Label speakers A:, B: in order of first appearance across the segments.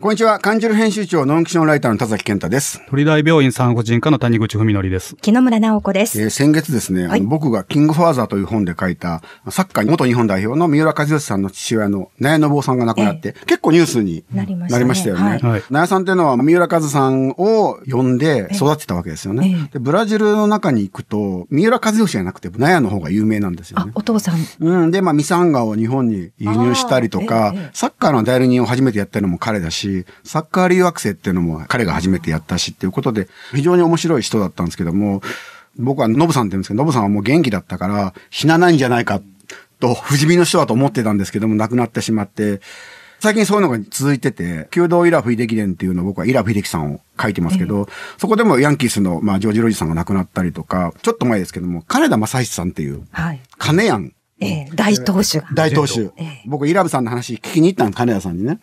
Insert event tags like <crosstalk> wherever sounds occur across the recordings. A: こんにちは。漢字る編集長、ノンキションライターの田崎健太です。
B: 鳥大病院産婦人科の谷口文則です。
C: 木野村直子です。
A: えー先月ですね、あの
C: はい
A: 僕がキングファーザーという本で書いた、サッカー元日本代表の三浦和義さんの父親の納屋信夫さんが亡くなって、結構ニュースにな
C: な
A: り
C: り
A: ま
C: ま
A: し
C: したたね
A: よね。
B: はいはい
A: 納屋さんっていうのは三浦和さんを呼んで育てたわけですよ
C: え
A: ね。でブラジルの中に行くと、三浦和義じゃなくて納屋の方が有名なんですよ
C: あ
A: ね、。
C: お父さん。
A: うん。で、まあ、ミサンガを日本に輸入したりとか
C: あーええええ、
A: サッカーの代理人を初めてやったのも彼だし、サッカー留学生っていうのも彼が初めてやったしっていうことで、非常に面白い人だったんですけども、僕はノブさんって言うんですけど、ノブさんはもう元気だったから、死なないんじゃないかと、不死身の人だと思ってたんですけども、亡くなってしまって、最近そういうのが続いてて、弓道イラフ秀樹伝っていうのを僕はイラフ秀樹さんを書いてますけど、そこでもヤンキースの、まあ、ジョージ・ロイジさんが亡くなったりとか、ちょっと前ですけども、金田正一さんっていう、
C: はい。
A: 金やん
C: ええ大投手が。
A: 大投手
C: ええ。
A: 僕、イラブさんの話聞きに行ったの、金谷さんにね。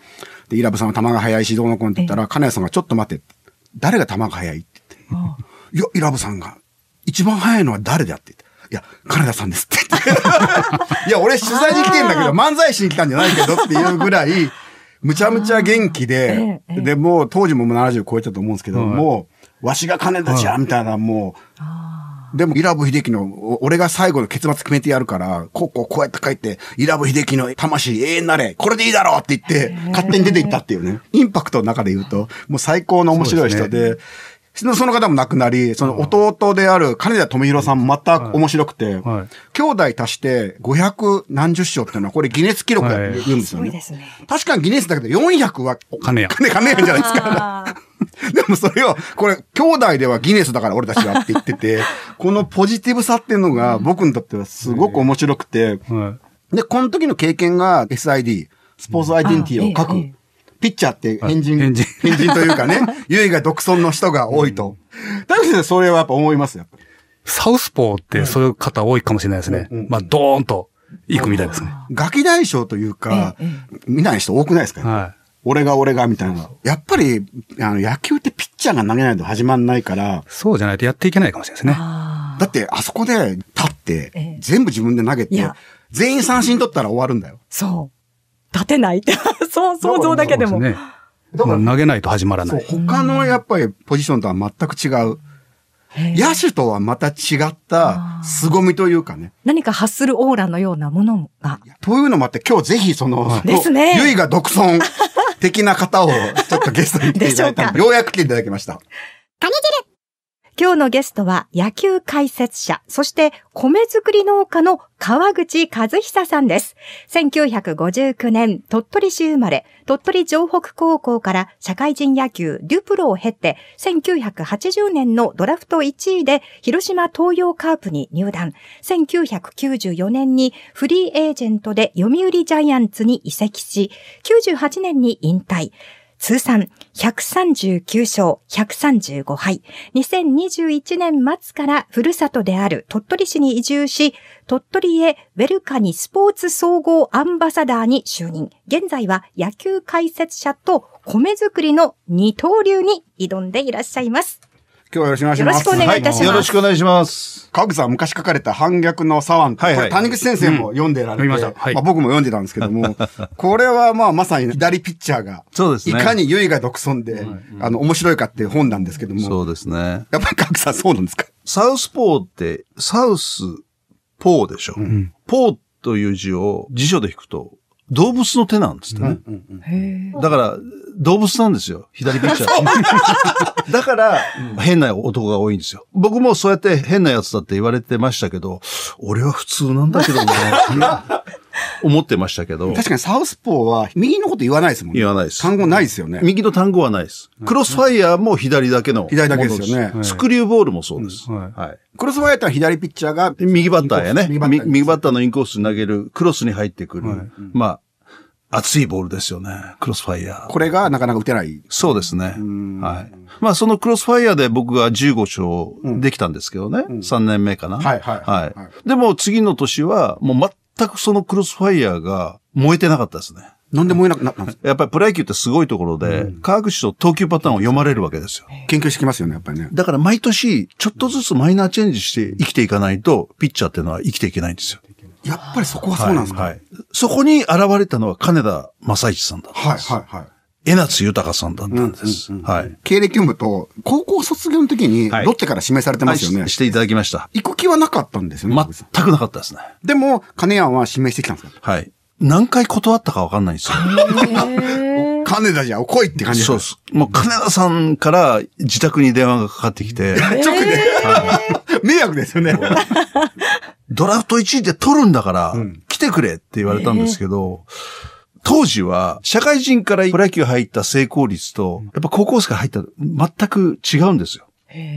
A: で、イラブさんは球が速いし、どうのこうのって言ったら、金谷さんがちょっと待って。誰が球が速いって言って。
C: あ
A: いや、イラブさんが、一番速いのは誰だって言って。いや、金田さんですって言って。
C: <laughs>
A: いや、俺取材に来てんだけど、漫才しに来たんじゃないけどっていうぐらい、むちゃむちゃ元気で、
C: ええええ
A: で、もう当時ももう70超えたと思うんですけど、
B: はい
A: もう、わしが金田じゃんみたいな、もう、でも、イラブ秀樹の、お俺が最後の結末決めてやるから、こうこうこうやって書いて、イラブ秀樹の魂永遠なれ、これでいいだろうって言って、勝手に出ていったっていうね。インパクトの中で言うと、もう最高の面白い人
B: そうで
A: で、そのその方も亡くなり、その弟である金田富弘さんもまた面白くて、
B: はい
A: 兄弟足して500何十章っていうのは、これギネス記録だって言うんです
C: す
A: よ
C: ごい
A: ね
C: で。すね。
A: 確かにギネスだけど400は
B: 金や
A: 金、金やんじゃないですか。
C: あー
A: <laughs> でもそれを、これ、兄弟ではギネスだから俺たちはって言ってて、このポジティブさっていうのが僕にとってはすごく面白くて、
B: は
A: で、この時の経験が SID、スポーツアイデンティティを書
C: うんあえ
A: く
C: え。
A: ピッチャーって変人、
B: あ変人
A: 変人というか
C: <laughs>
A: ね、優位が独尊の人が多いと。だけどそれはやっぱ思いますよ。
B: い。サウスポーってそういう方多いかもしれないですね。まあ、ドーンと行くみたいですね。
A: ガキ大将というか
C: ええ、
A: 見ない人多くないですか、
B: は
A: 俺が俺がみたいな。やっぱり、あの、野球ってピッチャーが投げないと始まんないから、
B: い。そうじゃないとやっていけないかもしれないですね。
C: あー
A: だって、あそこで立って、
C: ええ
A: 全部自分で投げ
C: い
A: て
C: や、
A: 全員三振取ったら終わるんだよ。
C: そう。立てないって。 <laughs> そう、想像だけで
B: そ
C: も。
B: うですね。
A: だから
B: もう投げないと始まら
A: そ
B: な
A: う、
B: い。
A: 他のやっぱりポジションとは全く違う。
C: へえ
A: 野手とはまた違った
C: あー
A: 凄みというかね。
C: 何か発するオーラのようなものが。
A: というのもあって、今日ぜひその、
B: はい
A: その
C: ですね
A: ゆいが独尊的な方を、ちょっとゲストに来ていただいたんで
C: で
A: ようやく来ていただきました。
C: 今日のゲストは野球解説者、そして米作り農家の川口和久さんです。1959年、鳥取市生まれ、鳥取城北高校から社会人野球デュプロを経て、1980年のドラフト1位で広島東洋カープに入団。1994年にフリーエージェントで読売ジャイアンツに移籍し、98年に引退。通算139勝135敗。2021年末からふるさとである鳥取市に移住し、鳥取へウェルカニスポーツ総合アンバサダーに就任。現在は野球解説者と米作りの二刀流に挑んでいらっしゃいます。
A: 今日はよろしくお願いします。
C: よろしくお願いいたします
D: よろしくお願いします。
A: 川口さん昔書かれた反逆の左腕、
D: はいはい
A: これ谷口先生も読んでられて、
B: うん読みましたはい
A: あ、僕も読んでたんですけど
D: <laughs>
A: も、これはまあまさに左ピッチャーが、
D: そうです
A: い
D: ね
A: かに唯が独尊で、あの、面白いかっていう本なんですけども、
D: そうですね。
A: やっぱり川口さんそうなんですか
D: サウスポーって、サウスポーでしょ。ポーという字を辞書で引くと、動物の手なんですってね。だから、動物なんですよ。左ピッチャー。 <laughs> だから、変な男が多いんですよ。僕もそうやって変なやつだって言われてましたけど、俺は普通なんだけどな、思ってましたけど、
A: 確かにサウスポーは右のこと言わないですもんね。
D: 言わないです。
A: 単語ないですよね。
D: 右の単語はないです。クロスファイヤーも左だけの。
A: 左だけですよね
B: はい
D: スクリューボールもそうです。
B: うん
D: は
B: はいい。
A: クロスファイアーってのは左ピッチャーが、
D: で右バッターやね。
A: イン
D: み
A: コース
D: 右
A: 右バッター
D: バッターのインコースに投げる、クロスに入ってくる。まあ、熱いボールですよね。クロスファイヤー。
A: これがなかなか打てない。
D: そうですね。はい。まあ、そのクロスファイヤーで僕が15勝できたんですけどね。3年目かな。
A: はいはいはいは
D: でも次の年は、もう全くそのクロスファイヤーが燃えてなかったですね。
A: なんでもえなくなったんですか
D: やっぱりプロ野球ってすごいところで、科学史と投球パターンを読まれるわけですよ。
A: 研究してきますよね、やっぱりね。
D: だから毎年、ちょっとずつマイナーチェンジして生きていかないと、ピッチャーっていうのは生きていけないんですよ。
A: やっぱりそこはそうなんですか
D: はい。はいそこに現れたのは金田正一さんだ。
A: はいはいはい。
D: 江夏豊さんだったんです。はい。
A: 経歴読むと、高校卒業の時に、
D: はい
A: ロッテから指名されてますよね。
D: はいししていただきました。
A: 行く気はなかったんですよね。
D: 全
A: 僕さん
D: くなかったですね。
A: でも、金谷は指名してきたんですよ。
D: はい。何回断ったかわかんないんですよ。
A: <laughs> 金田じゃ来いって感じ
D: そうです。もう金田さんから自宅に電話がかかって
A: <laughs>
D: きて、
A: 直で、
D: <laughs>
A: 迷惑ですよね。
D: ドラフト1位で取るんだから、来てくれって言われたんですけど、当時は、社会人からプロ野球入った成功率と、やっぱ高校生から入った、全く違うんですよ。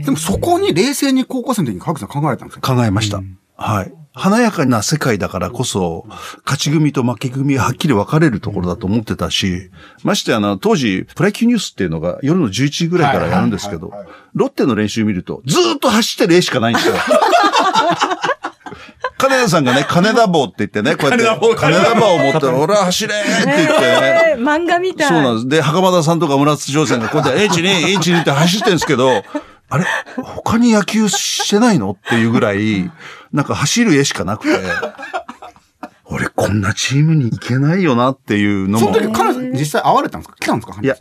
A: でもそこに冷静に高校生の時に川口さん考えたんですよ。
D: 考えました。はい。華やかな世界だからこそ、勝ち組と負け組ははっきり分かれるところだと思ってたし、ましてあの、当時、プロ野球ニュースっていうのが夜の11時ぐらいからやるんですけど、ロッテの練習見ると、ずーっと走ってる絵しかないんですよ。 <laughs> 金田さんがね、金田棒って言ってね、こうやって、 <laughs> 金田棒を持って、俺は走れーって言ってね、
C: えー <laughs> 漫画みたい。
D: そうなんです。で、袴田さんとか村津城さんがこうや
A: <laughs>
D: って、H2、H2 って走ってるんですけど、あれ他に野球してないのっていうぐらい、なんか走る絵しかなくて、俺こんなチームに行けないよなっていうの
A: そ
D: も
A: の。時、彼女実際会われたんですか来たんですか
D: いや、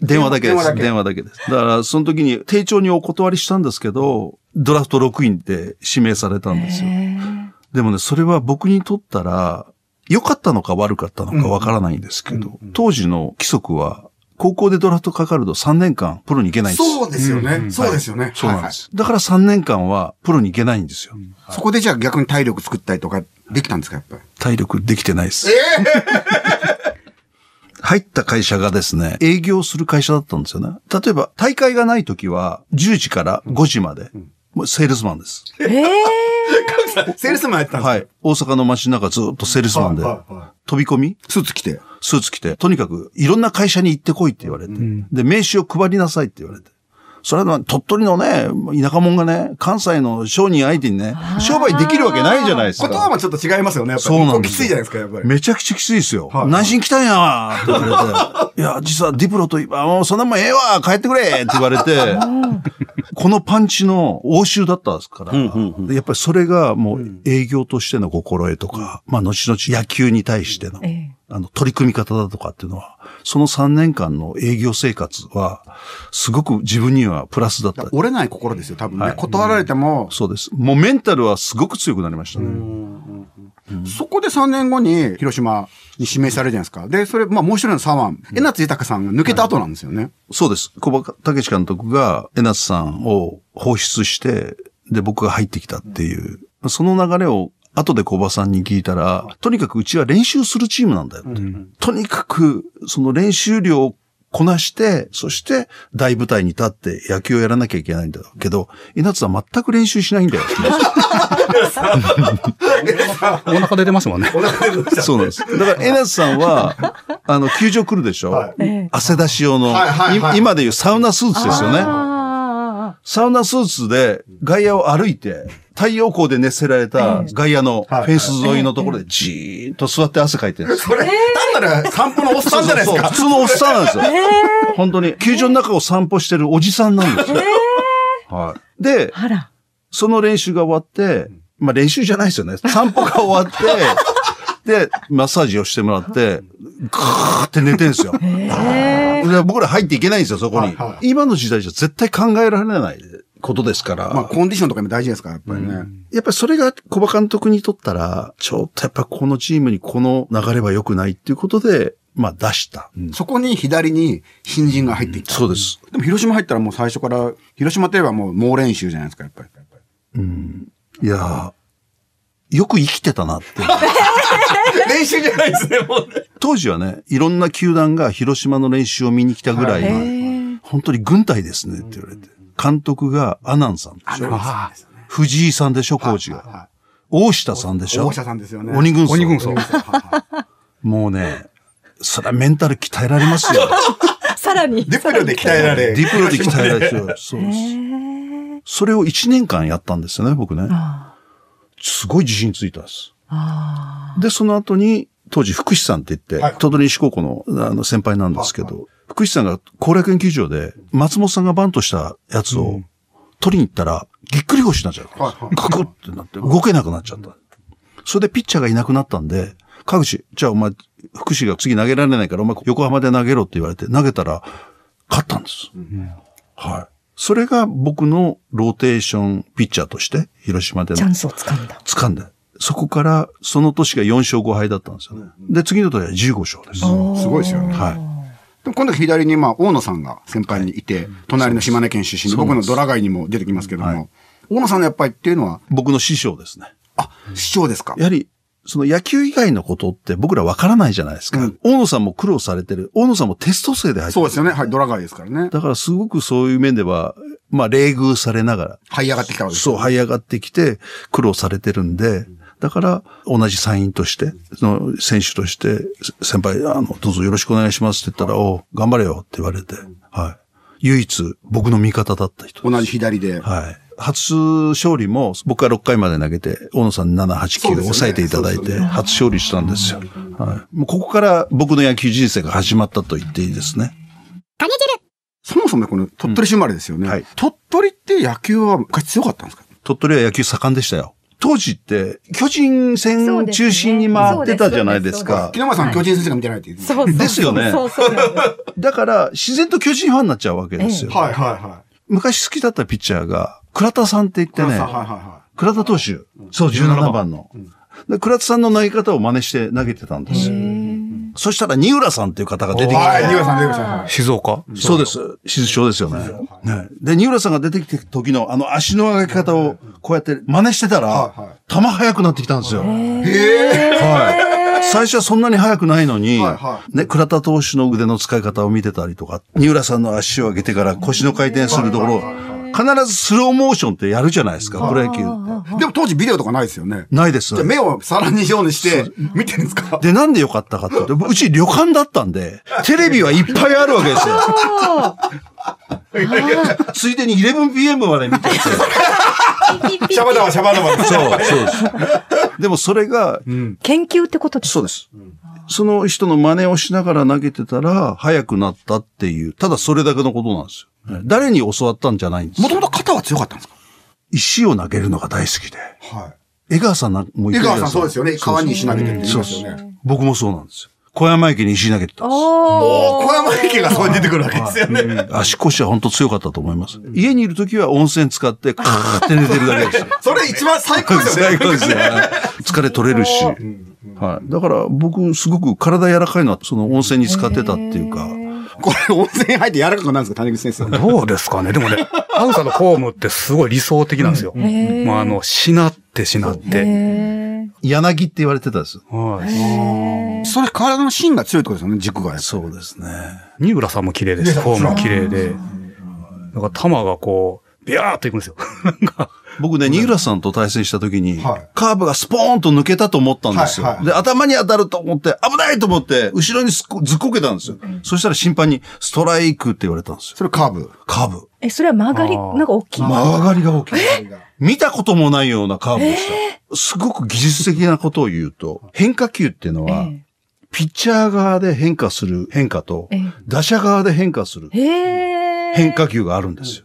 D: 電話だけで
A: 電話だ
D: す。
A: け
D: 電話だけです。だから、その時に、丁重にお断りしたんですけど、ドラフト6位で指名されたんですよ。でもね、それは僕にとったら、良かったのか悪かったのかわからないんですけど、当時の規則は、高校でドラフトかかると3年間プロに行けないんです。
A: そうですよね。そうですよね。
D: そうなんです。だから3年間はプロに行けないんですよ。
A: はいはい。そこでじゃあ逆に体力作ったりとかできたんですかやっぱり。
D: 体力できてないです。入った会社がですね、営業する会社だったんですよね。例えば、大会がない時は、10時から5時まで、もうセールスマンです。
A: セールスマンやってたんです
D: はい。大阪の街の中ずっとセールスマンで、飛び込み
A: スーツ着て。
D: スーツ着て、とにかくいろんな会社に行ってこいって言われて、で、名刺を配りなさいって言われて。それは鳥取のね、田舎者がね、関西の商人相手にね、商売できるわけないじゃないですか。
A: 言葉もちょっと違いますよね。やっぱり
D: そうな
A: ここ
D: んですよ
A: きついじゃないですか、やっぱり。
D: めちゃくちゃきついですよ。
A: い
D: 内心来たんやって言われて。いや、実はディプロといえば、もうそんなもんええわ帰ってくれって言われて、このパンチの応酬だったですから、でやっぱりそれがもう営業としての心得とか、まあ後々野球に対しての、
C: え
D: あの、取り組み方だとかっていうのは、その3年間の営業生活は、すごく自分にはプラスだった。
A: 折れない心ですよ、多分ね。
D: はい
A: 断られても、
D: そうです。もうメンタルはすごく強くなりましたね。
A: そこで3年後に広島に指名されるじゃないですか。で、それ、まあもう一人の左腕、江夏豊さんが抜けた後なんですよね。
D: そうです。小葉武史監督が江夏さんを放出して、で、僕が入ってきたっていう、その流れを後で小葉さんに聞いたら、とにかくうちは練習するチームなんだよって、とにかく、その練習量をこなして、そして大舞台に立って野球をやらなきゃいけないんだけど、江夏さん全く練習
A: <laughs>
D: しないんだよって。
B: <laughs> お腹出てますもんね。
D: そうなんです。だから、江夏さんは、あの、球場来るでしょ、汗出し用の、
A: はいはいはい
D: い今でいうサウナスーツですよね。
C: あ
D: サウナスーツで外野を歩いて、太陽光で熱せられた外野のフェンス沿いのところでじーっと座って汗かいてるんですよ。
A: これ、単なる散歩のおっさんじゃないです
D: そう
A: か。
D: 普通のおっさんなんですよ。本当に、球場の中を散歩してるおじさんなんですよ。はい。で、
C: ーあら。
D: その練習が終わって、まあ練習じゃないですよね。散歩が終わって、で、マッサージをしてもらって、ぐーって寝てるんですよ。で僕ら入っていけないんですよ、そこに。今の時代じゃ絶対考えられないことですから。
A: まあコンディションとかも大事ですから、やっぱりね。
D: やっぱりそれが小葉監督にとったら、ちょっとやっぱこのチームにこの流れは良くないっていうことで、まあ出した。
A: そこに左に新人が入ってきた。
D: そうです。
A: でも広島入ったらもう最初から、広島といえばもう猛練習じゃないですか、やっぱり。
D: いやー、よく生きてたなって。
A: <laughs>
D: <laughs>
A: 練習じゃないですね、もう。
D: 当時はね、いろんな球団が広島の練習を見に来たぐらい、本当に軍隊ですねって言われて。監督が阿南さんでしょ。
A: ああ、
D: 藤井さんでしょ、コーチが。
A: は
D: 大下さんで
A: い。
D: しょ
A: 大。下さんですよね。
D: 鬼軍曹。
B: 鬼軍曹。
D: もうね、そりゃメンタル鍛えられま
A: <laughs>
D: すよ。
C: さらに。
A: デプロで鍛えられ。
D: ディプロで鍛えられてる。そうです。それを1年間やったんですよね、僕ね。すごい自信ついたんです。で、その後に、当時福士さんって言って、鳥取西高校のあの先輩なんですけど、福士さんが後楽園球場で、松本さんがバントしたやつを取りに行ったら、ぎっくり腰になっちゃった
A: はい
D: んです。カクッってなって、動けなくなっちゃった。それでピッチャーがいなくなったんで、川口、じゃあお前、福士が次投げられないから、お前横浜で投げろって言われて、投げたら、勝ったんです。はい。それが僕のローテーションピッチャーとして、広島で
C: チャンスをつかんだ。
D: 掴んで、そこから、その年が4勝5敗だったんですよね。で、次の年は15勝です。
A: すごいですよね。
D: は
A: でも今度左に、まあ、大野さんが先輩にいて、隣の島根県出身で、
D: そう
A: 僕
D: なん
A: の
D: です
A: ドラ街にも出てきますけども、
D: はい
A: 大野さんのやっぱりっていうのは、
D: い。僕の師匠ですね。
A: あ、市長ですか
D: やはり、その野球以外のことって僕らわからないじゃないですか。
A: うん
D: 大野さんも苦労されてる。大野さんもテスト生で入ってる。
A: そうですよね。はい、ドラ街ですからね。
D: だからすごくそういう面では、まあ、冷遇されなが
A: 這い上がってきたわ
D: ら、
A: けです。
D: そう、這い上がってきて苦労されてるんで、だから、同じ参院として、その選手として、先輩、あの、どうぞよろしくお願いしますって言ったら、おう頑張れよって言われて、はい。唯一、僕の味方だった人です。
A: 同じ左で。
D: はい。初勝利も、僕は6回まで投げて、大野さん
A: そ
D: 7、8、9
A: う
D: で
A: ですよね
D: 抑えていただい
A: そうで
D: て、初勝利したんですよ。はい。もうここから僕の野球人生が始まったと言っていいですね。
A: そもそもこの鳥取市生まれですよね。
D: うんはい
A: 鳥取って野球は昔強かったんですか
D: 鳥取は野球盛んでしたよ。当時って、巨人戦中心に回ってたじゃないですか。
A: 木山さん、巨人先生が見てないって言って
C: そうそうそう
D: ですよね
C: そうそうなんです。
D: だから、自然と巨人ファンになっちゃうわけですよ。
A: はいはいは
D: 昔好きだったピッチャーが、倉田さんって言っ
A: い。
D: てね
A: はい、はいは
D: 倉田投手。そう、17番の。で倉田さんの投げ方を真似して投げてたんですよ。そしたら、二浦さんっていう方が出て
A: い。
D: きて、
A: はい、二浦さん出てきた。はい
B: 静岡
D: そうです。静賞ですよね。ねで、二浦さんが出てきた時のあの足の上げ方をこうやって真似してたら
A: はいはい、
D: 球速くなってきたんですよ。
A: ええ
D: はい。最初はそんなに速くないのに、
A: はいは
D: ね、倉田投手の腕の使い方を見てたりとか、二浦さんの足を上げてから腰の回転するところ、必ずスローモーションってやるじゃないですか、プロ野球って。
A: でも当時ビデオとかないですよね。
D: ないで
A: じ
D: す
A: ゃあ。目を皿に上にして、見てるんですか
D: で、なんでよかったかって
A: <laughs>
D: いうと、うち旅館だったんで、テレビはいっぱいあるわ
A: <laughs>
D: けですよ。ついでに 11pm まで見てて。
A: シャバダバ、シャバダバ。
D: そう、そうです。でもそれが、
C: 研究ってことです
D: そうです。その人の真似をしながら投げてたら、速くなったっていう、ただそれだけのことなんですよ。誰に教わったんじゃないんです
A: もと
D: よ。
A: もと肩は強かったんですか
D: 石を投げるのが大好きで。
A: は
D: 江川さんなんかも
A: い。
D: い
A: 江
D: て
A: 川さんそうですよね。川に石投げてって言い
D: そう
A: ま
D: ですす
A: よね。
D: 僕もそうなんですよ。小山駅に石投げてたんです。
C: お
A: お
C: ー
A: 小山駅がそこに出てくるわけですよね。
D: 足腰は本当強かったと思います。家にいるときは温泉使って、カーって寝てるだけですよ。
A: それ一番最高ですよ
D: 最
A: ね。
D: 高ですよ。疲れ取れるし。はい。だから僕、すごく体柔らかいのは、その温泉に使ってたっていうか、
A: これ温泉入って柔らかくなるんですか谷口先生。
B: どうですかねで <laughs> もね、アウさんのフォームってすごい理想的なんですよ。
C: へー
B: まあ、あの、しなってしなって。
C: へ
D: 柳って言われてたんです。
B: はい。
A: それ体の芯が強いってことですよね、軸がやっぱり。
D: そうですね。
B: 二浦さんも綺麗です。フォームも綺麗で。なんか、球がこう、ビャーっといくんですよ。 <laughs> なんか、
D: 僕ね、新浦さんと対戦した時に、
A: はい
D: カーブがスポーンと抜けたと思ったんですよ。
A: はいはい
D: で、頭に当たると思って、危ないと思って、後ろにすっこずっこけたんですよ。そしたら審判に、ストライクって言われたんですよ。
A: それカーブ。
D: カーブ。
C: え、それは曲がり、なんか大きい。
D: 曲がりが大きい。見たこともないようなカーブでした。すごく技術的なことを言うと、変化球っていうのは、ピッチャー側で変化する変化と
C: ええ、
D: 打者側で変化する
C: へー
D: 変化球があるんですよ。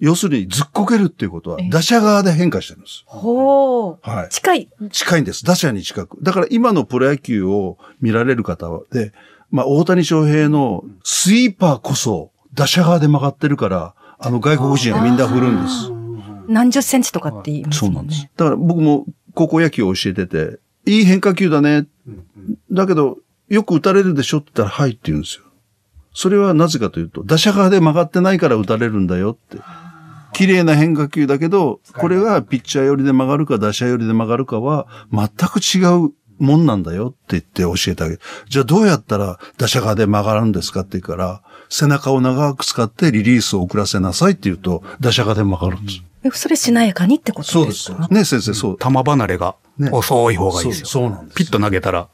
D: 要するに、ずっこけるっていうことは、打者側で変化してるんです。
C: ほう。
D: はい
C: 近い。
D: 近いんです。打者に近く。だから今のプロ野球を見られる方は、で、まあ、大谷翔平のスイーパーこそ、打者側で曲がってるから、あの外国人はみんな振るんです。
C: 何十センチとかって言います
D: そう
C: よね。
D: なんです。だから僕も高校野球を教えてて、いい変化球だね。だけど、よく打たれるでしょって言ったら、はいって言うんですよ。それはなぜかというと、打者側で曲がってないから打たれるんだよって。綺麗な変化球だけど、これがピッチャー寄りで曲がるか打者寄りで曲がるかは全く違うもんなんだよって言って教えてあげる。じゃあどうやったら打者側で曲がるんですかって言うから、背中を長く使ってリリースを遅らせなさいって言うと、打者側で曲がるんです。
C: えそれしなやかにってことですか
D: そうです。ね、先生、そう。
B: 球離れが
D: ね
B: 遅い方がいいですよ。
D: そうそうなんです
B: ピッと投げたら、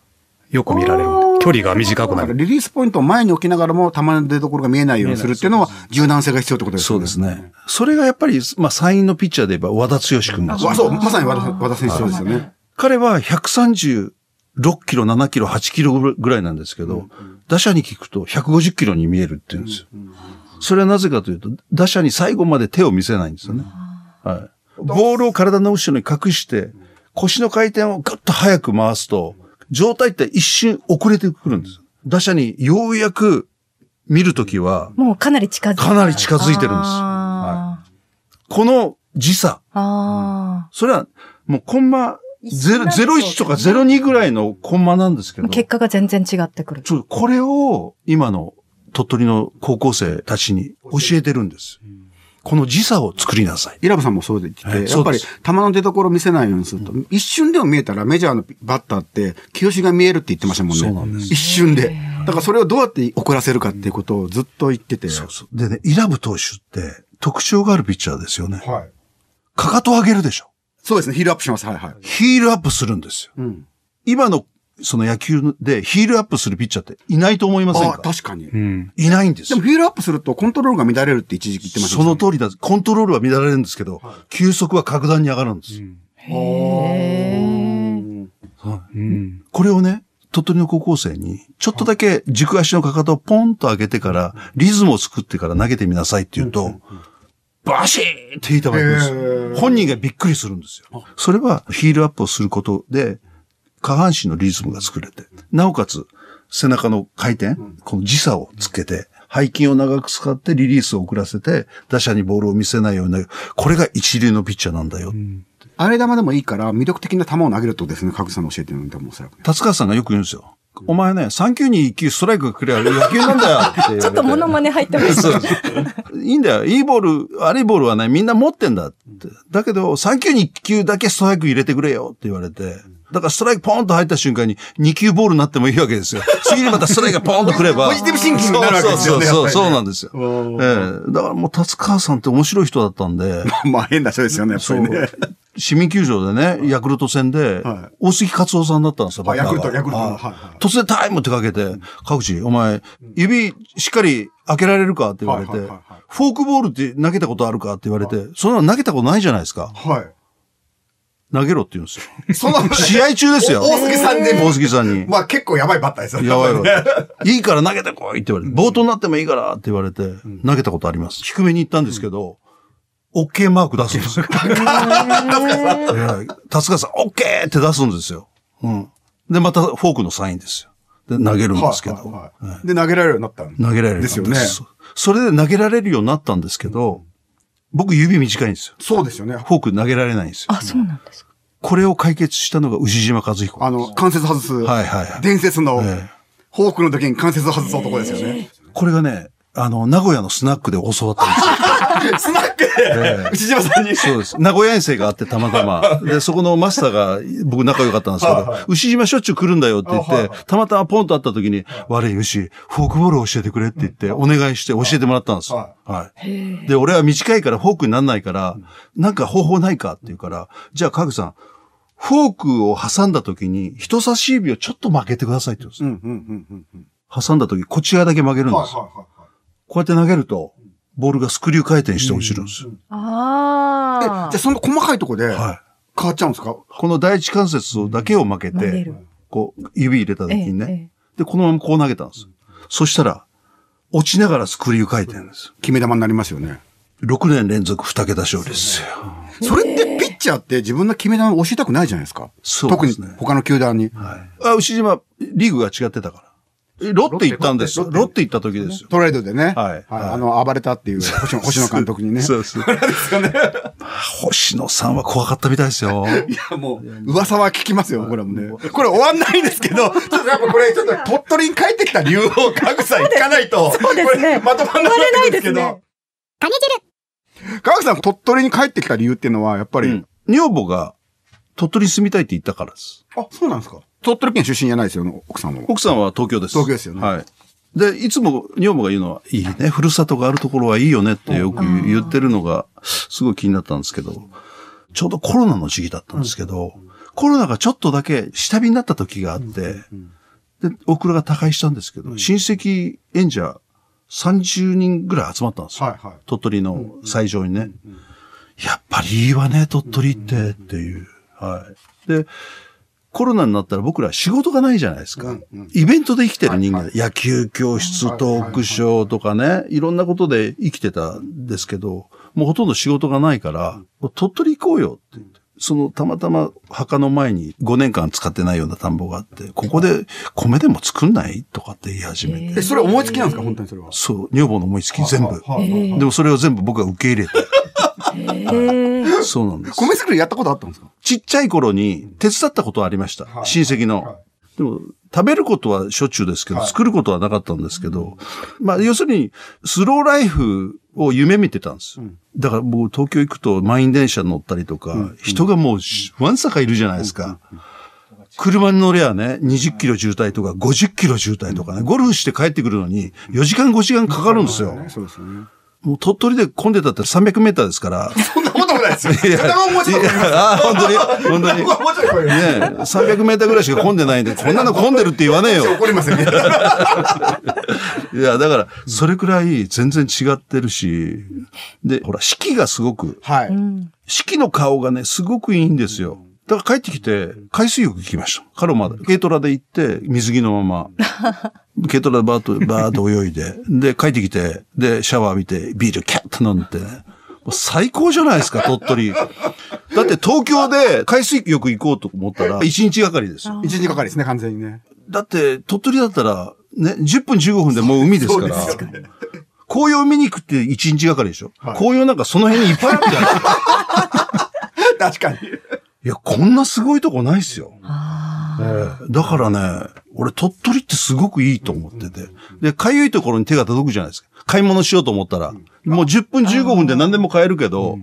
B: よく見られるんで。距離が短く
A: だ
B: な
A: から
B: る。
A: リリースポイントを前に置きながらも球の出所が見えないようにするっていうのは柔軟性が必要ってことです
D: そ
A: よ
D: う
A: ね。
D: ですね。それがやっぱり、まあ、参院のピッチャーで言えば和田剛君なんですよ
A: わそう、まさに和田和田選手そうですよね。
D: 彼は136キロ、7キロ、8キロぐらいなんですけど、打者に聞くと150キロに見えるって言うんですよ。それはなぜかというと、打者に最後まで手を見せないんですよね。はい。ボールを体の後ろに隠して、腰の回転をぐっと早く回すと、状態って一瞬遅れてくるんです。打者にようやく見るときは、
C: もうかなり近づいてる。
D: かなり近づいてるんです
C: あ
D: この時差、
C: ーあ
D: それはもうコンマ0 01とか02ぐらいのコンマなんですけ
C: ー。
D: ど
C: もう、結果が全然違ってくる。
D: ちょこれを今の鳥取の高校生たちに教えてるんです。この時差を作りなさい。
A: イラブさんもそうで言ってて、
D: はい
A: やっぱり
D: そう
A: 球の出所を見せないようにすると、一瞬でも見えたらメジャーのバッターって、清が見えるって言ってましたもんね。
D: そうなんです
A: 一瞬で。だからそれをどうやって遅らせるかっていうことをずっと言ってて。
D: そうそう。でね、イラブ投手って特徴があるピッチャーですよね。
A: はい。
D: かかと上げるでしょ。
A: そうですね、ヒールアップします。はいはい。
D: ヒールアップするんですよ。
A: うん。
D: 今のその野球でヒールアップするピッチャーっていないと思いません
A: あ
D: か
A: 確かに。
B: うん。
D: いないんです
A: で
D: よ
A: も。ヒールアップするとコントロールが乱れるって一時期言ってました
D: そ
A: ね
D: の通りだ。コントロールは乱れるんですけど、球速は格段に上がるんですよ。
C: へー
B: うん。
D: これをね、鳥取の高校生に、ちょっとだけ軸足のかかとをポンと上げてから、リズムを作ってから投げてみなさいって言うと、バシーンって板がいくんですよ。本人がびっくりするんですよ。それはヒールアップをすることで、下半身のリズムが作れて、なおかつ背中の回転、この時差をつけて、背筋を長く使ってリリースを遅らせて、打者にボールを見せないようになる。これが一流のピッチャーなんだよ。
A: あれ玉でもいいから、魅力的な球を投げるってことですね。かぐさんの教えてるのでもおそらくね。
D: 達川さんがよく言うんですよ。お前ね、3球に1球ストライクがくれば野球なんだよって言
A: <laughs>
D: われて。
C: ちょっとモノマネ入ってます。
D: そうそういいんだよ。いいボール、悪いボールはね、みんな持ってんだって。だけど、3球に1球だけストライク入れてくれよって言われて。だからストライクポンと入った瞬間に2球ボールになってもいいわけ
A: <laughs>
D: ですよ。次にまたストライクがポンとくれば。
A: ポジティブシンキングになるわけですよね
D: そうそうそ
A: や
D: う、そう
A: っぱりね
D: なんですよ。ええだからもう達川さんって面白い人だったんで。
A: まあ変な人ですよね、やっぱりね。
D: 市民球場でね、ヤクルト戦で
A: は、
D: 大杉勝夫さんだったんですよ、バッターが
A: ヤクルトヤクルト
D: はい
A: はいはい
D: 突然タイムってかけて、各地、お前、指しっかり開けられるかって言われて、
A: はい
D: フ
A: はいはい
D: ォ
A: はい
D: ークボールって投げたことあるかって言われて、そんなの投げたことないじゃないですか。
A: は
D: 投げろって言うんですよ。
A: い。その、
D: <laughs> 試合中ですよ。
A: お大杉さんで
D: 大杉さんに。
A: まあ結構やばいバッターですよ
D: やばいわ。 <laughs> いいから投げてこいって言われて、冒頭になってもいいからって言われて、投げたことあります。低めに行ったんですけど、OK マーク出すんですよ。 <laughs> ええ達川さん、OK って出すんですよ。うん。で、またフォークのサインですよ。で、投げるんですけど。
A: はいはいで、投げられるようになったん
D: 投げられるようになったん
A: ですよね。
D: そそれで投げられるようになったんですけど、僕指短いんですよ。
A: そうですよね。
D: フォーク投げられないんですよ。
C: あ、そうなんですか。
D: これを解決したのが牛島和彦。
A: あの、関節外す。
D: はいはいはい
A: 伝説の、
D: ええ
A: フォークの時に関節を外す男ですよね。
D: これがね、あの、名古屋のスナックで教わったんです
A: <laughs>
D: よ。
A: スナックで、内島さんに。
D: そうです。名古屋遠征があってた
A: <laughs>
D: またま。で、そこのマスターが、僕仲良かったんですけど、牛島しょっちゅう来るんだよって言って、たまたまポンと会った時に、悪い牛、フォークボールを教えてくれって言って、お願いして教えてもらったんです。
A: は
D: はい。で、俺は短いからフォークになんないから、なんか方法ないかって言うから、じゃあ、かぐさん、フォークを挟んだ時に、人差し指をちょっと曲げてくださいって言うんです
A: う
D: よ。
A: んうんうんうん
D: 挟んだ時、こっち側だけ曲げるんですよ。こうやって投げると、ボールがスクリュー回転して落ちるんですよ。
A: えじ
C: あ
A: ゃ
C: あ
A: あ。その細かいとこで変
D: はい
A: わ。っちゃうんですか
D: この第一関節をだけを負け
C: 曲げ
D: て
C: る、
D: こう、指入れた時に
C: え
D: ね、で、このままこう投げたんです。そしたら、落ちながらスクリュー回転です。
A: 決め球になりますよね。
D: 6年連続2桁勝利ですよ。
A: それってピッチャーって自分の決め球を教えたくないじゃないですか。
D: そうですね
A: 特に他の球団に。
D: あ、牛島、リーグが違ってたから。えロッテ行ったんですよ。ロッテ行った時ですよ。
A: トレードでね。
D: はいはい
A: あの、暴れたって
D: <laughs>
A: いう星野星野監督にね。
D: そうです。 <laughs> 星野さんは怖かったみたいです <laughs> よ。
A: いや、もう、噂は聞きますよ、これもね。これ終わんないんですけど、ちょっとやっぱこれ、ちょっと鳥取に帰ってきた理由を格差行かない
D: <laughs>
A: と、
C: そうですね
A: これまとまらないんですけ
C: まれない
A: ど。川口さん、鳥取に帰ってきた理由っていうのは、やっぱり、
D: うん女房が鳥取に住みたいって言ったからです。
A: あ、そうなんですか鳥取県出身じゃないですよね、奥さんは。
D: 奥さんは東京です。
A: 東京ですよね
D: はい。で、いつも女房が言うのは、いいね、ふるさとがあるところはいいよねってよく言ってるのが、すごい気になったんですけど、ちょうどコロナの時期だったんですけど、コロナがちょっとだけ下火になった時があって、で、オクラが他界したんですけど、親戚演者30人ぐらい集まったんですよ。
A: はいはい
D: 鳥取の斎場にね。やっぱりいいわね、鳥取って、っていう。はい。で、コロナになったら僕ら仕事がないじゃないですか。イベントで生きてる人間、野球教室、トークショーとかね、いろんなことで生きてたんですけど、もうほとんど仕事がないから、鳥取行こうよって言って。そのたまたま墓の前に5年間使ってないような田んぼがあって、ここで米でも作んないとかって言い始めて。
A: え、それ思いつきなんですか本当にそれは。
D: そう、女房の思いつき全部。でもそれを全部僕が受け入れ <laughs> て。そうなんです。
A: 米作りやったことあったんですか
D: ちっちゃい頃に手伝ったことはありました。はい、親戚の。はいでも、食べることはしょっちゅうですけど、作ることはなかったんですけど、はい、まあ、要するに、スローライフを夢見てたんです。うん、だからもう東京行くと満員電車乗ったりとか、うん、人がもう、わんさかいるじゃないですか。うん、車に乗りゃね、20キロ渋滞とか、50キロ渋滞とかね、ゴルフして帰ってくるのに、4時間5時間かかるんですよ。そうですね。もう鳥取で混んでたって300メーターですから。
A: そんなこともないですよ。いや、もうちょっと。
D: ああ、本当に。本当に。もうちょっとね300メーターぐらいしか混んでないんで、こんなの混んでるって言わねえよ。
A: 怒りません、ね、
D: いや、だから、それくらい全然違ってるし、で、ほら、四季がすごく。はい。四季の顔がね、すごくいいんですよ。だから帰ってきて、海水浴行きました。カロマで。軽トラで行って、水着の <laughs> まま。軽トラでバーッと、バーッと泳いで。で、帰ってきて、で、シャワー浴びて、ビールキャッと飲んで、ね。最高じゃないですか、鳥取。だって東京で海水浴行こうと思ったら、1日がかりですよ。
A: 1日がかりですね、完全にね。
D: だって、鳥取だったら、ね、10分15分でもう海ですから。そうです紅葉見に行くって1日がかりでしょ、はい、紅葉なんかその辺にいっぱいあるじゃない
A: ですか。確かに。
D: いや、こんなすごいとこないっすよ。えー、だからね、俺鳥取ってすごくいいと思ってて。で、かゆいところに手が届くじゃないですか。買い物しようと思ったら。もう10分15分で何でも買えるけど、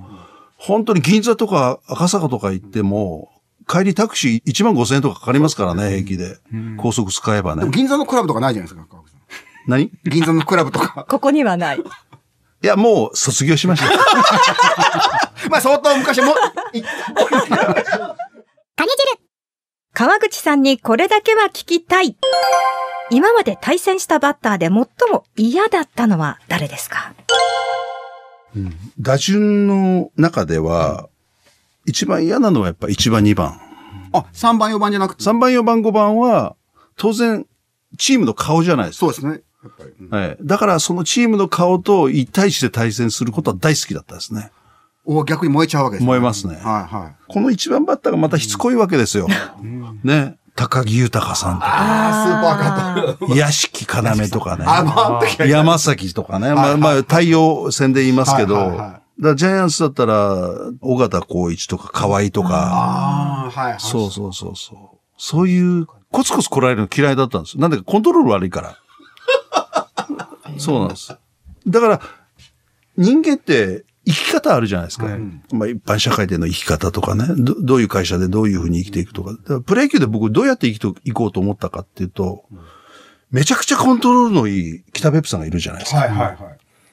D: 本当に銀座とか赤坂とか行っても、帰りタクシー1万5千円とかかかりますからね、平気で。高速使えばね。
A: 銀座のクラブとかないじゃないですか。
D: 何
A: 銀座のクラブとか。
C: ここにはない。
D: いや、もう卒業しました。
A: <laughs>
D: <laughs>
A: まあ相当昔も、
C: 金汁川口さんにこれだけは聞きたい。今まで対戦したバッターで最も嫌だったのは誰ですか、
D: うん、打順の中では、一番嫌なのはやっぱ1番2番。
A: あ、3番4番じゃなくて
D: ?3 番4番5番は、当然、チームの顔じゃないです
A: か。そうですね。やっ
D: ぱり、うん、はい。だからそのチームの顔と一対一で対戦することは大好きだったですね。
A: お逆に燃えちゃうわけです、
D: ね、燃えますね。はいはい。この一番バッターがまたしつこいわけですよ。うん、ね。高木豊さんとか。
A: ああ、スーパーカッ
D: ト。屋敷要とかね。あ、まあ、山崎とかね。まあ、まあ、太陽戦で言いますけど。はいはいはいだジャイアンツだったら、尾形光一とか河合とか。ああ、はいはい。そうそうそうそう。そういう、コツコツ来られるの嫌いだったんです。なんだかコントロール悪いから。そうなんです。だから、人間って生き方あるじゃないですか。はい、まあ一般社会での生き方とかねど、どういう会社でどういうふうに生きていくとか。かプロ野球で僕どうやって生きていこうと思ったかっていうと、めちゃくちゃコントロールのいい北ペプさんがいるじゃないですか。はいはいはい。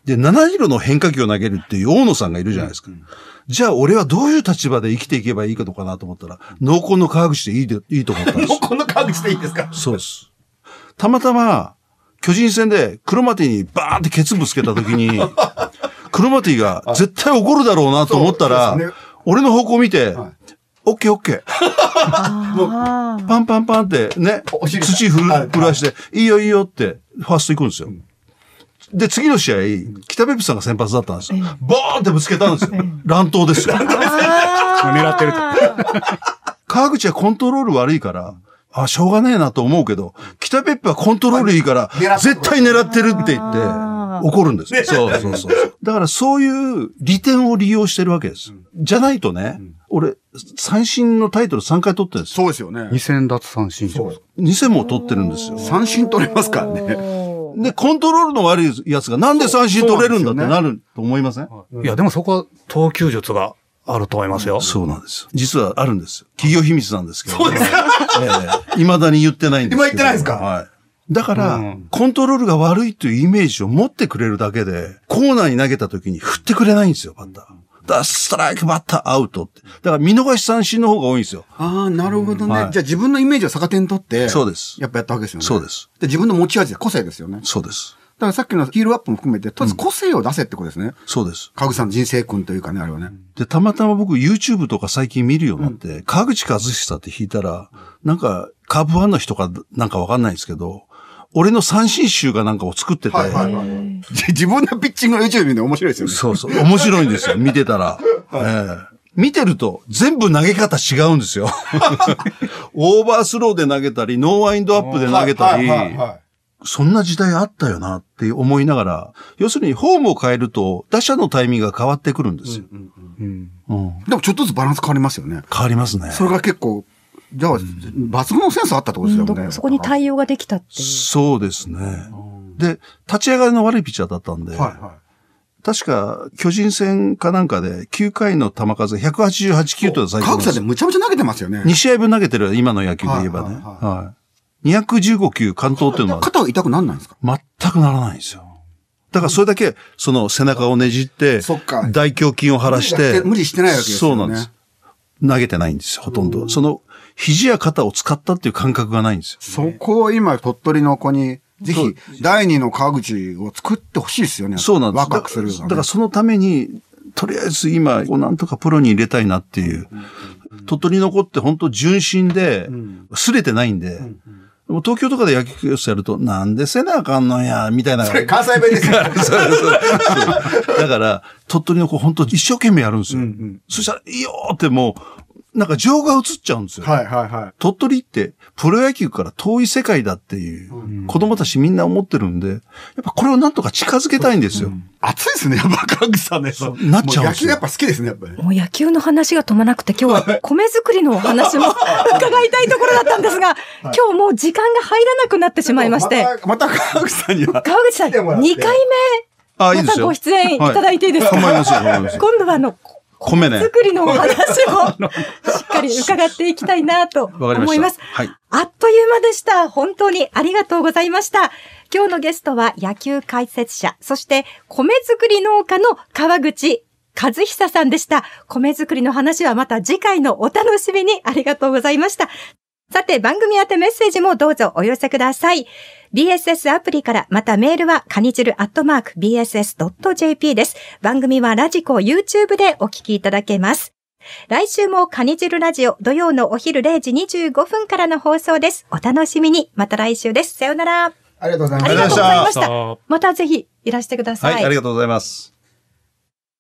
D: で、7キロの変化球を投げるっていう大野さんがいるじゃないですか。うん、じゃあ俺はどういう立場で生きていけばいいかとかなと思ったら、濃厚の川口でいいで、いいと思ったんです。
A: 濃厚の川口でいいですか
D: そうです。たまたま、巨人戦で黒マティにバーンってケツぶつけた時
A: <laughs>
D: に、黒マティが絶対怒るだろうなと思ったら、俺の方向見て、オッケーオッケー。もう、パンパンパンってね、土ふるらして、いいよいいよってファースト行くんですよ。で、次の試合、北ベプさんが先発だったんですよ。ボーンってぶつけたんですよ。乱闘ですよ。
B: 狙ってると。
D: 川口はコントロール悪いから、あ、しょうがねえなと思うけど、北別府はコントロールいいから、絶対狙ってるって言って、怒るんですよ。そうそうそう。だからそういう利点を利用してるわけです。じゃないとね、俺、三振のタイトル3回取ってるんです
A: よ。そうですよね。
B: 2000奪三振
D: そう。2000も取ってるんですよ。
A: 三振取れますからね。
D: で、コントロールの悪いやつがなんで三振取れるんだってなると思いません
B: いや、でもそこは投球術があると思いますよ。
D: そうなんです。実はあるんです。企業秘密なんですけど、
A: ね。そうですか。
D: ええ未だに言ってないんです。
A: 今言ってないですかはい
D: だから、うん、コントロールが悪いというイメージを持ってくれるだけで、コーナーに投げた時に振ってくれないんですよ、バッター。だストライクバッターアウトって。だから見逃し三振の方が多いんですよ。
A: ああ、なるほどね。はい、じゃあ自分のイメージを逆手に取って。
D: そうです。
A: やっぱやったわけですよね。
D: そうです。
A: で自分の持ち味、個性ですよね。
D: そうです。
A: だからさっきのヒールアップも含めて、とりあえず個性を出せってことですね。うん、
D: そうです。
A: 川口さんの人生訓というかね、あれはね。
D: で、たまたま僕 YouTube とか最近見るようになって、うん、川口和久って弾いたら、なんか、カーブファンの人かなんかわかんないんですけど、俺の三振集がなんかを作ってて、
A: 自分のピッチングの YouTube 見るの面白いですよね。
D: <laughs> そうそう。面白いんですよ。見てたら。ええー見てると全部投げ方違うんです <laughs> よ。オーバースローで投げたり、ノーワインドアップで投げたり、そんな時代あったよなって思いながら、要するにフォームを変えると打者のタイミングが変わってくるんですよ。
B: うん。
D: うん
A: でもちょっとずつバランス変わりますよね。
D: 変わりますね。
A: それが結構、じゃあ、抜群のセンスあったってことですよね。
C: そこに対応ができたっていう。
D: そうですね。で、立ち上がりの悪いピッチャーだったんで、
A: はいは
D: 確か巨人戦かなんかで9回の球数188球とい
A: い。川
D: うのが最高なん
A: 口
D: で
A: さんっ
D: す
A: て
D: よ。
A: むちゃむちゃ投げてますよね。
D: 2試合分投げてる今の野球で言えばね。
A: はいは
D: はい。215球完投っていうのは
A: 肩が痛くなんないんですか
D: <laughs> 全くならないんですよ。だからそれだけ、その背中をねじって、
A: そっか
D: 大胸筋を張らして、
A: 無理してないわけですよね
D: そうなんです。投げてないんですよ、ほとんど。その、肘や肩を使ったっていう感覚がないんですよ。
A: そこを今、鳥取の子に、ぜひ、第二の川口を作ってほしいですよね。
D: そうなんです。
A: ワクワクするよう
D: だ
A: な
D: か
A: ね
D: らだからそのために、とりあえず今、こうなんとかプロに入れたいなっていう。鳥取の子って本当純真で、すれてないんで、でも東京とかで野球教室やると、なんでせなあかんのや、みたいな。
A: 関西弁
D: <laughs>
A: ですよ。
D: そうそうそうだから、鳥取の子本当一生懸命やるんですよ。そしたら、いいよーってもう、なんか情が映っちゃうんですよ。
A: はいはいはい。
D: 鳥取ってプロ野球から遠い世界だっていう子供たちみんな思ってるんで、やっぱこれをなんとか近づけたいんですよ。
A: 熱いですね、やっぱ川口さんね。そう
D: なっちゃうん
A: も野
D: ですよ
A: 球やっぱ好きですね、やっぱり。
C: もう野球の話が止まなくて、今日は米作りの
A: <laughs>
C: お話も伺いたいところだったんですが、今日もう時間が入らなくなってしまいまして、
A: た、また川口さんには。
C: 川口さん、
A: 来てもらって
C: 2回
D: ああ、い
C: 目、
D: い
C: ま
D: です
C: た
D: よ。
C: ご出演いただいていいですか、
D: はい構いません構いません
C: 今度はあの、
D: 米ね。
C: 作りのお話をしっかり伺っていきたいなと
D: わかりま
C: 思いま
D: し
C: す
D: た。。はい。
C: あっという間でした。本当にありがとうございました。今日のゲストは野球解説者、そして米作り農家の川口和久さんでした。米作りの話はまた次回のお楽しみにありがとうございました。さて、番組宛てメッセージもどうぞお寄せください。BSS アプリから、またメールは、かにじるアットマーク BSS.jp です。番組はラジコ YouTube でお聞きいただけます。来週もカニ汁ラジオ土曜のお昼0時25分からの放送です。お楽しみに。また来週です。さようなら。あ
A: ありがとうござい
C: りがとうございま
B: あ
C: し
B: りがとうご
C: た
B: ざいま。
C: またぜひいらしてください。
D: はい、ありがとうございます。